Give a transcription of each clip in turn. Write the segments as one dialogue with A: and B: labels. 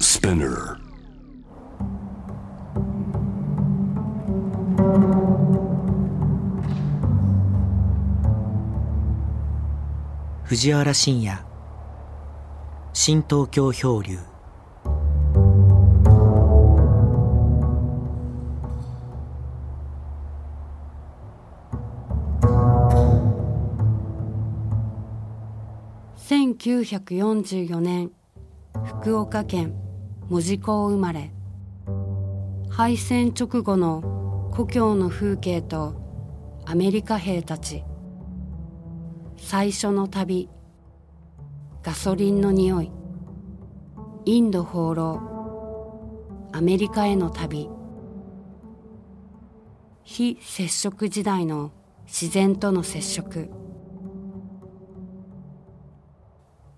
A: Spinner.
B: 藤原信也新東京漂流
C: 1944年福岡県門司港生まれ敗戦直後の故郷の風景とアメリカ兵たち最初の旅ガソリンの匂いインド放浪アメリカへの旅非接触時代の自然との接触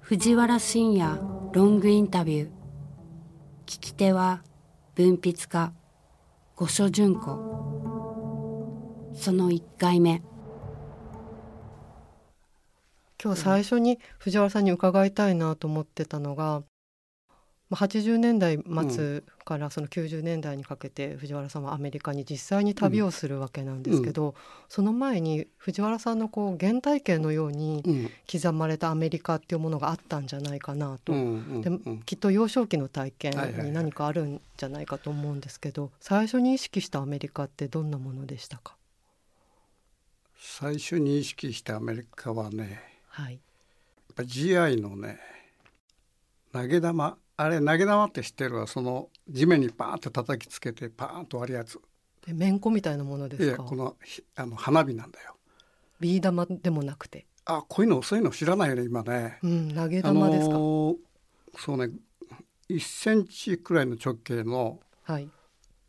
C: 藤原信也ロングインタビュー聞き手は文筆家五所淳子その1回目
D: 今日最初に藤原さんに伺いたいなと思ってたのがまあ80年代末からその90年代にかけて藤原さんはアメリカに実際に旅をするわけなんですけど、その前に藤原さんのこう原体験のように
E: うん
D: 刻まれたアメリカっていうものがあったんじゃないかなと、
E: うん
D: で
E: うんうん
D: きっと幼少期の体
E: はいはいは
D: 験
E: い
D: に何かあるんじゃないかと思うんですけど、最初に意識したアメリカってどんなものでしたか
E: 最初に意識したアメリカはねやっ
D: はい
E: ぱ GI のね投げ玉あれ投げ玉って知ってるわその地面にパーンって叩きつけてパーンと割るやつ
D: でめんこみたいなもので
E: い
D: す
E: や
D: か
E: このひあの花火なんだよ
D: ビー玉でもなくて、
E: あこういうの遅いの知らないよね今ね
D: うん、投げ玉ですか、
E: あのーそうね1センチくらいの直径の
D: はい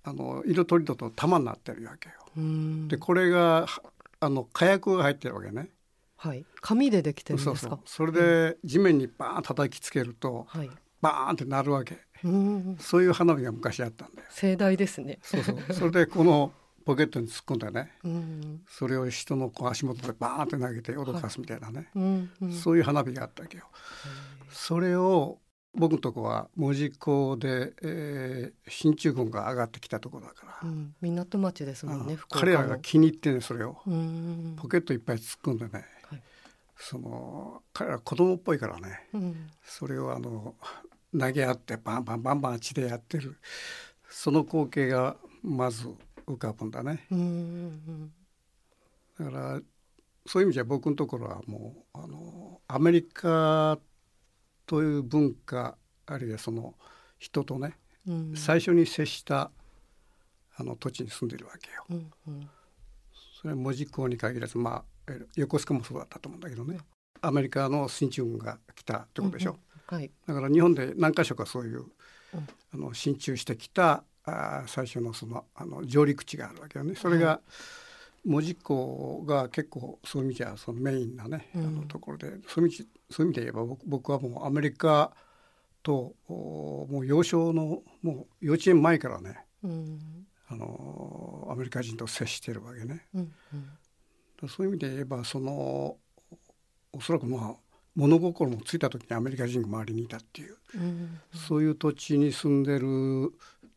E: あの色とりどりの玉になってるわけよ
D: うーん
E: でこれがはあの火薬が入ってるわけね
D: はい紙でできてるんです
E: そ
D: か
E: うそうそれで地面にバーン叩きつけると
D: はい
E: バーンって鳴るわけ
D: うーん
E: そういう花火が昔あったんだよ
D: 盛大ですね
E: そう そうそれでこのポケットに突っ込んでね
D: うーん
E: それを人のこう足元でバーンって投げて脅かすみたいなね、
D: うんうん
E: そういう花火があったわけよそれを僕のとこは門司港で、えー進駐軍が上がってきたとこだから
D: う、ん港町ですもんね
E: うん
D: 福岡
E: 彼
D: の
E: らが気に入ってねそれを
D: うーん
E: ポケットいっぱい突っ込んでね、
D: はい
E: その彼ら子供っぽいからね、
D: うん
E: それをあの投げ合ってバンバンバンバン血でやってるその光景がまず浮かぶんだね
D: うんうん
E: だからそういう意味じゃ僕のところはもうあのアメリカという文化あるいはその人とね
D: うん
E: 最初に接したあの土地に住んでるわけよ。
D: うんうん
E: それは門司港に限らず、まあ、え横須賀もそうだったと思うんだけどねアメリカの進駐軍が来たってことでしょ。
D: うんうんはい
E: だから日本で何か所かそういう、
D: うん
E: あの進駐してきたあー最初のそのあの上陸地があるわけよねそれが門司港が結構そういう意味じゃそのメインなね、
D: うん
E: あのところでそういう意味そういう意味で言えば僕僕はもうアメリカとおーもう幼少のもう幼稚園前からね、
D: うん
E: あのーアメリカ人と接してるわけね。
D: うんうん
E: そういう意味で言えばそのおそらくまあ物心もついた時にアメリカ人が周りにいたっていう
D: うん
E: そういう土地に住んでる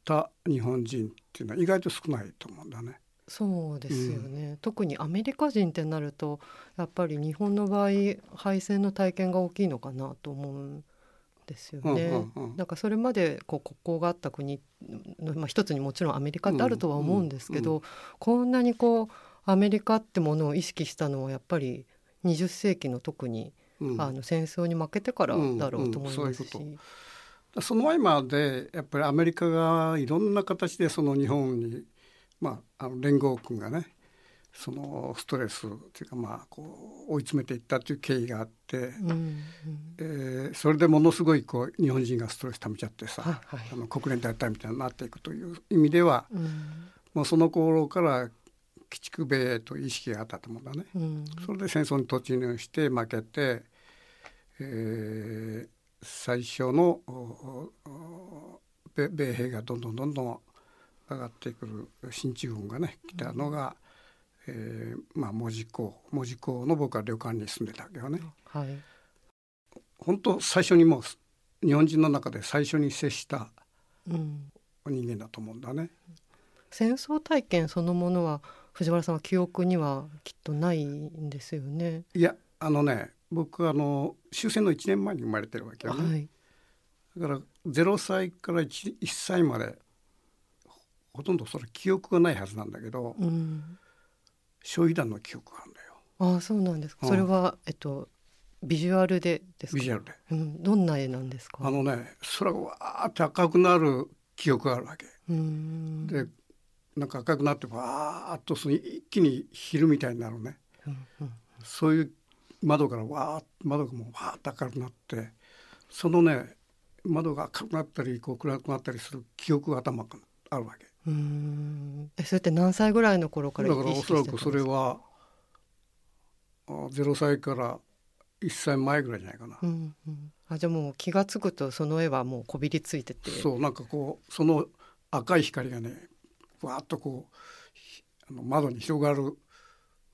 E: た日本人っていうのは意外と少ないと思うんだね。
D: そうですよね、特にアメリカ人ってなるとやっぱり日本の場合敗戦の体験が大きいのかなと思うんですよね。
E: うんうんうん
D: なんかそれまでこう国交があった国の、まあ、一つにもちろんアメリカってあるとは思うんですけど、
E: うん
D: こんなにこうアメリカってものを意識したのはやっぱり20世紀の特に、
E: うん
D: あの戦争に負けてからだろうと思いますし。
E: うんうんそううい
D: ん
E: その前までやっぱりアメリカがいろんな形でその日本に、まあ、あの連合軍がねそのストレスっていうかまあこう追い詰めていったという経緯があって、
D: うん
E: えーそれでものすごいこう日本人がストレス溜めちゃってさ、
D: はいはい
E: あの国連大隊みたいになっていくという意味では、
D: うん
E: もうその頃から鬼畜米という意識があったと思うんだね。
D: うん
E: それで戦争に突入して負けて、えー最初のおお米米兵がどんどんどんどん上がってくる進駐軍がね来たのが、えーまあ、門司港門司港の僕は旅館に住んでたわけよね。
D: はい
E: 本当最初にもう日本人の中で最初に接した
D: うん、
E: 人間だと思うんだね。
D: 戦争体験そのものは藤原さんは記憶にはきっとないんですよね。
E: いやあのね僕はあの終戦の1年前に生まれてるわけよね、
D: はい、
E: だから0歳から 1, 1歳までほほとんどそれ記憶がないはずなんだけど、
D: うん、
E: 焼夷弾の記憶があるんだよ
D: ああそうなんですか。
E: うん
D: それはえっとビジュアルでですか。
E: ビジュアルで。
D: うん、どんな絵なんですか。
E: あのね空がわーって赤くなる記憶があるわけ
D: うん、
E: でなんか赤くなってわーっとその一気に昼みたいになるね
D: うんうん
E: そういう窓からわーっ窓がもうわーっと明るくなってそのね窓が明るくなったりこう暗くなったりする記憶が頭からあるわけ
D: うーんえそれって何歳ぐらいの頃から
E: だから
D: 意
E: お
D: 識してたん
E: そら
D: です
E: く
D: か
E: それはあ0歳から1歳前ぐらいじゃないかな、
D: うんうん、あじゃあもう気がつくとその絵はもうこびりついてて
E: そうなんかこうその赤い光がねわーっとこうひあの窓に広がる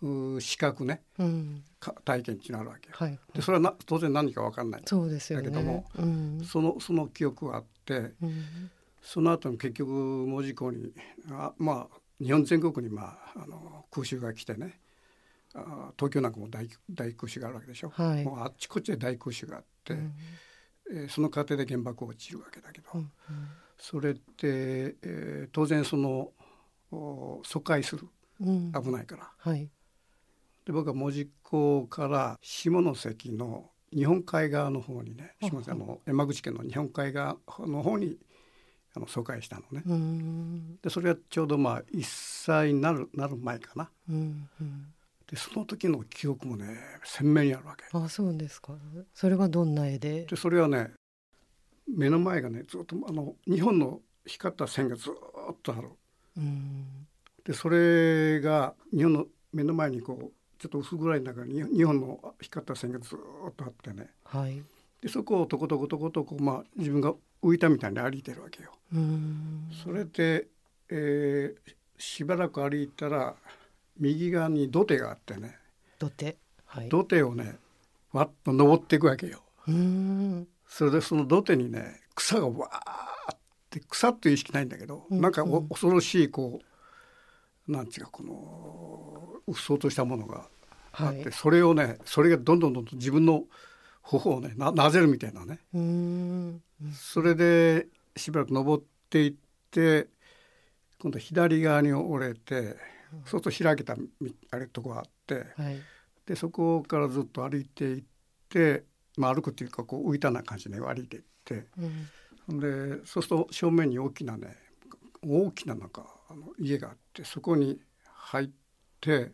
E: うー視覚ね
D: う、ん
E: か体験っていうのがあるわけよ
D: はい、
E: でそれはな当然何か分かんない
D: そうですよね
E: だけども
D: うん
E: そのその記憶があって
D: うん
E: その後も結局門司港にあまあ日本全国に、まあ、あの空襲が来てねあ東京なんかも大大空襲があるわけでしょ、
D: はい
E: もうあっちこっちで大空襲があって、
D: うん
E: えーその過程で原爆落ちるわけだけど、
D: うん
E: それって、えー当然そのお疎開する
D: うん
E: 危ないから、
D: はい
E: で僕は門司港から下関の日本海側の方にね
D: あ
E: 下関あの山口県の日本海側の方にあの疎開したのね、
D: うん
E: でそれはちょうどまあ1歳になるなる前かな
D: うんうん
E: でその時の記憶もね鮮明にあるわけ
D: あそうですかそれはどんな絵で
E: でそれはね目の前がねずっとあの2本の光った線がずーっとある
D: うん
E: でそれが日本の目の前にこうちょっと薄暗い中に2本の光った線がずーっとあってね
D: はい
E: でそこをとことことことこう、まあ、自分が浮いたみたいに歩いてるわけよ。
D: うん
E: それで、えーしばらく歩いたら右側に土手があってね
D: 土手はい
E: 土手をねわっと登っていくわけよ。
D: うん
E: それでその土手にね草がわーって草っていう意識ないんだけど、
D: うん
E: なんかお
D: うん
E: 恐ろしいこうなんちゅうかこのうっそうとしたものがあっ
D: は
E: て、
D: い
E: それをねそれがどんどんどんどん自分の頬をねななぜるみたいなね
D: うん
E: それでしばらく登っていって今度左側に折れてそうすると開けたみあれとこがあって
D: はい
E: でそこからずっと歩いていって、まあ、歩くっていうかこう浮いたような感じで歩いていって
D: うん
E: でそうすると正面に大きなね大きななんかあの家があってそこに入って、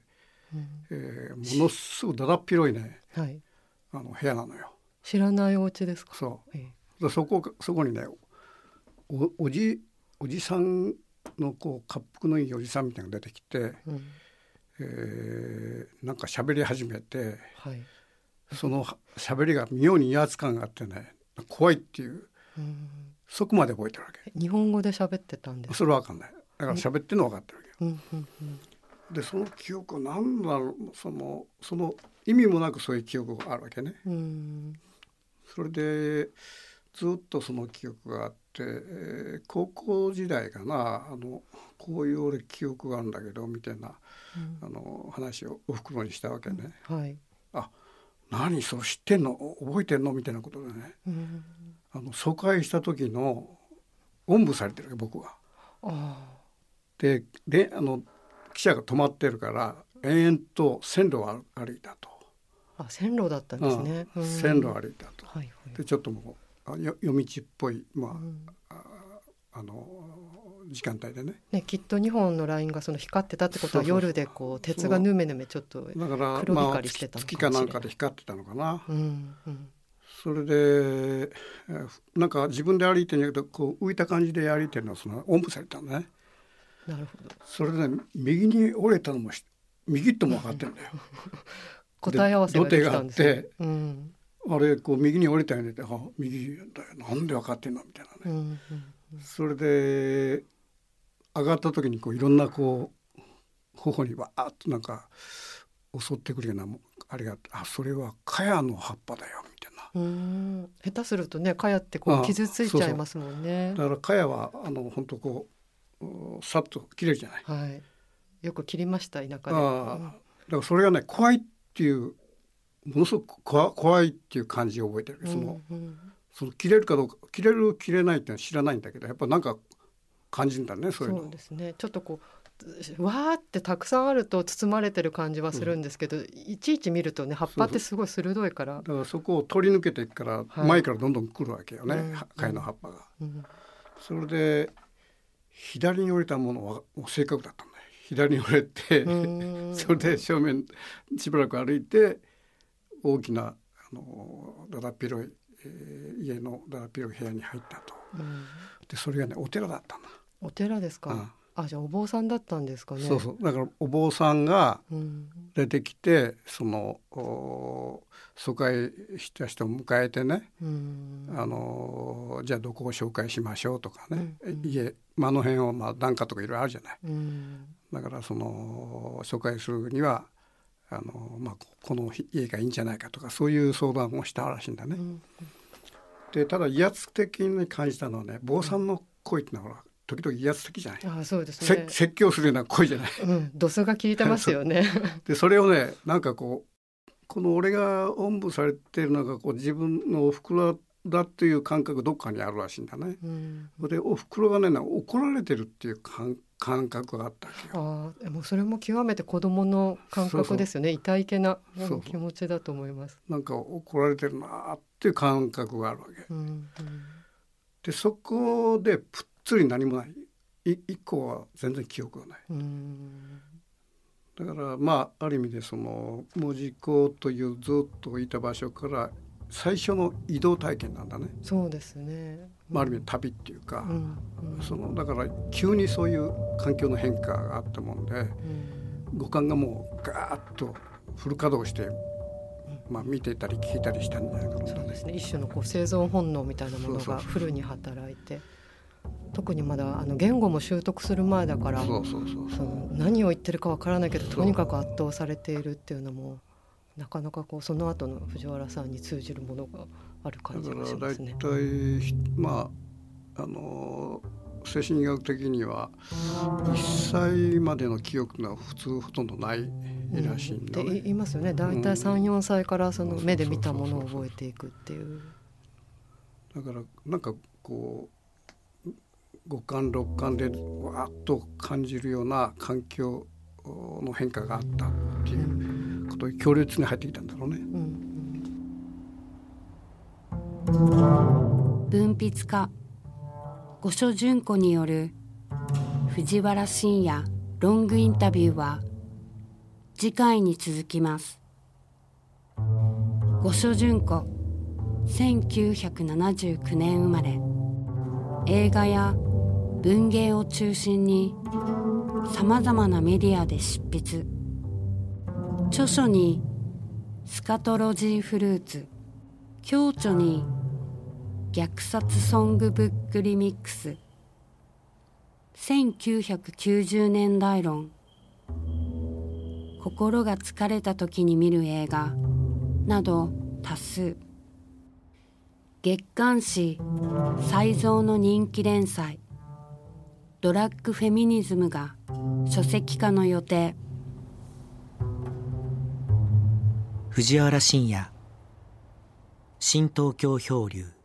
D: うん
E: えーものすごいだだっ広いね
D: はい
E: あの部屋なのよ。
D: 知らないお家ですか
E: そう
D: ええ
E: でそこそこにねおおじおじさんのこう恰幅のいいおじさんみたいなのが出てきて、
D: うん
E: えーなんか喋り始めて
D: はい
E: そのは喋りが妙に威圧感があってね怖いっていう
D: うん
E: そこまで覚えてるわけ
D: え日本語で喋ってたんですか
E: それは分かんないだから喋ってるのは分かってるわけよ
D: うんうんうん
E: でその記憶は何だろうそのその意味もなくそういう記憶があるわけね
D: うん
E: それでずっとその記憶があって、えー高校時代かなあのこういう俺記憶があるんだけどみたいな
D: うん
E: あの話をおふくろにしたわけね。
D: はい、
E: 何それ知ってんのお覚えてんのみたいなことでね
D: うん、
E: あの疎開した時のおんぶされてるわけ僕は。
D: あ
E: でであの記者が止まってるから延々と線路を歩いたと、
D: ああ線路だったんですね、
E: うん
D: うん
E: 線路を歩いたと。
D: はいはい
E: でちょっともうあよ夜道っぽい、まあ
D: うん
E: あの時間帯でね
D: ね、きっと2本のラインがその光ってたってことは
E: そうそうそう
D: 夜でこう鉄がぬめぬめちょっと
E: だから
D: 黒
E: まあ
D: 光りして
E: 月
D: たの
E: 月
D: か
E: か
D: もしれない
E: なんかで光ってたのかな、
D: うんうん
E: それでえーふなんか自分で歩いてるんだけどこう浮いた感じで歩いてるのをそのおんぶされたのね
D: なるほど
E: それでね右に折れたのもし右とも分かってるんだよ
D: 答え合わせができたんです
E: 土手があっ
D: ね
E: て
D: うん
E: あれこう右に折れたよねってあ右だよなんで分かってんのみたいな
D: う
E: ね、
D: ん
E: それで上がった時にこういろんなこう頬にわーっとなんか襲ってくるようなもあれがあってあそれは茅の葉っぱだよみたいな
D: うんうんも下手するとねかやってこ
E: あ
D: う
E: あ
D: 傷ついちゃいますもんね
E: だからかやはあの本当こううんさっと切れるじゃない。
D: はいよく切りました田舎で
E: ああだからそれがね怖いっていうものすごく怖怖いっていう感じを覚えてる、
D: うん
E: その
D: うんうん
E: その切れるかどうか切れる切れないっていうのは知らないんだけどやっぱなんか感じるんだねそういうの
D: そうですねちょっとこうわーってたくさんあると包まれてる感じはするんですけど、いちいち見るとね葉っぱってすごい鋭いから
E: だからそこを取り抜けていくから、
D: はい
E: 前からどんどん来るわけよね、
D: うん
E: は貝の葉っぱが。
D: うん
E: それで左に折れたものはもう正確だったんだよ左に折れて、
D: うん
E: それで正面しばらく歩いて大きなあのだだっ広い、えー家のだだっ広い部屋に入ったと
D: うん
E: でそれがねお寺だったんだ、
D: お寺ですか、
E: うん
D: あじゃあお坊さんだったんですかね
E: そうそうだからお坊さんが
D: うん
E: 出てきてそのお疎開した人を迎えてね、
D: うん
E: あのじゃあどこを紹介しましょうとかね、
D: うんうん
E: 家間の辺をまあ檀家とかいろいろあるじゃない。
D: うん
E: だからその紹介するにはあの、まあ、ここの家がいいんじゃないかとかそういう相談をしたらしいんだね。
D: うん
E: でただ威圧的に感じたのはね坊さんの声ってのはほら時々威圧的じゃない、
D: あそうです
E: せ
D: ね
E: 説教するような声じゃない。
D: うん度数が効いてますよね
E: でそれをねなんかこうこの俺がおんぶされてるのがこう自分のおふくろだっていう感覚どっかにあるらしいんだね。
D: うん
E: でおふくろがねなんか怒られてるっていう感感覚があったわけよ。
D: あーもうそれも極めて子供の感覚ですよね痛いけな
E: そうそう
D: 気持ちだと思います。
E: なんか怒られてるなーっていう感覚があるわけ。
D: うんうん
E: でそこでぷっつり何もないい以降は全然記憶がない
D: うん
E: だからまあある意味でその門司港というずっといた場所から最初の移動体験なんだね、
D: そうですね。
E: まあ、ある意味旅っていうか
D: う、んうん
E: そのだから急にそういう環境の変化があったもんで
D: うん
E: 五感がもうガーッとフル稼働して、まあ、見ていたり聞いたりしたんじゃないか
D: そう
E: な、
D: で
E: ね
D: すね一種のこう生存本能みたいなもの
E: そう
D: が
E: そうそう
D: フルに働いて特にまだあの言語も習得する前だから
E: そうそうそう
D: その何を言ってるかわからないけど
E: そう
D: とにかく圧倒されているっていうのもなかなかこうその後の藤原さんに通じるものがある感じ
E: だか
D: が
E: ら
D: しま
E: 大
D: すね。
E: 体ひまああの精神医学的には1歳までの記憶が普通ほとんどないらしいんだ
D: うんって
E: ね。
D: 言いますよね大体
E: うん
D: 34歳からその目で見たものを
E: そうそうそうそう
D: 覚えていくっていう。
E: だからなんかこう五感六感でわーっと感じるような環境の変化があったっていうことに強烈に入ってきたんだろうね。
D: うんうん
C: 文筆家五所淳子による藤原信也ロングインタビューは次回に続きます五所淳子1979年生まれ映画や文芸を中心にさまざまなメディアで執筆著書に「スカトロジーフルーツ」共著に「虐殺ソングブックリミックス1990年代論心が疲れた時に見る映画など多数月刊誌「才蔵」の人気連載「ドラッグフェミニズム」が書籍化の予定
B: 藤原信也新東京漂流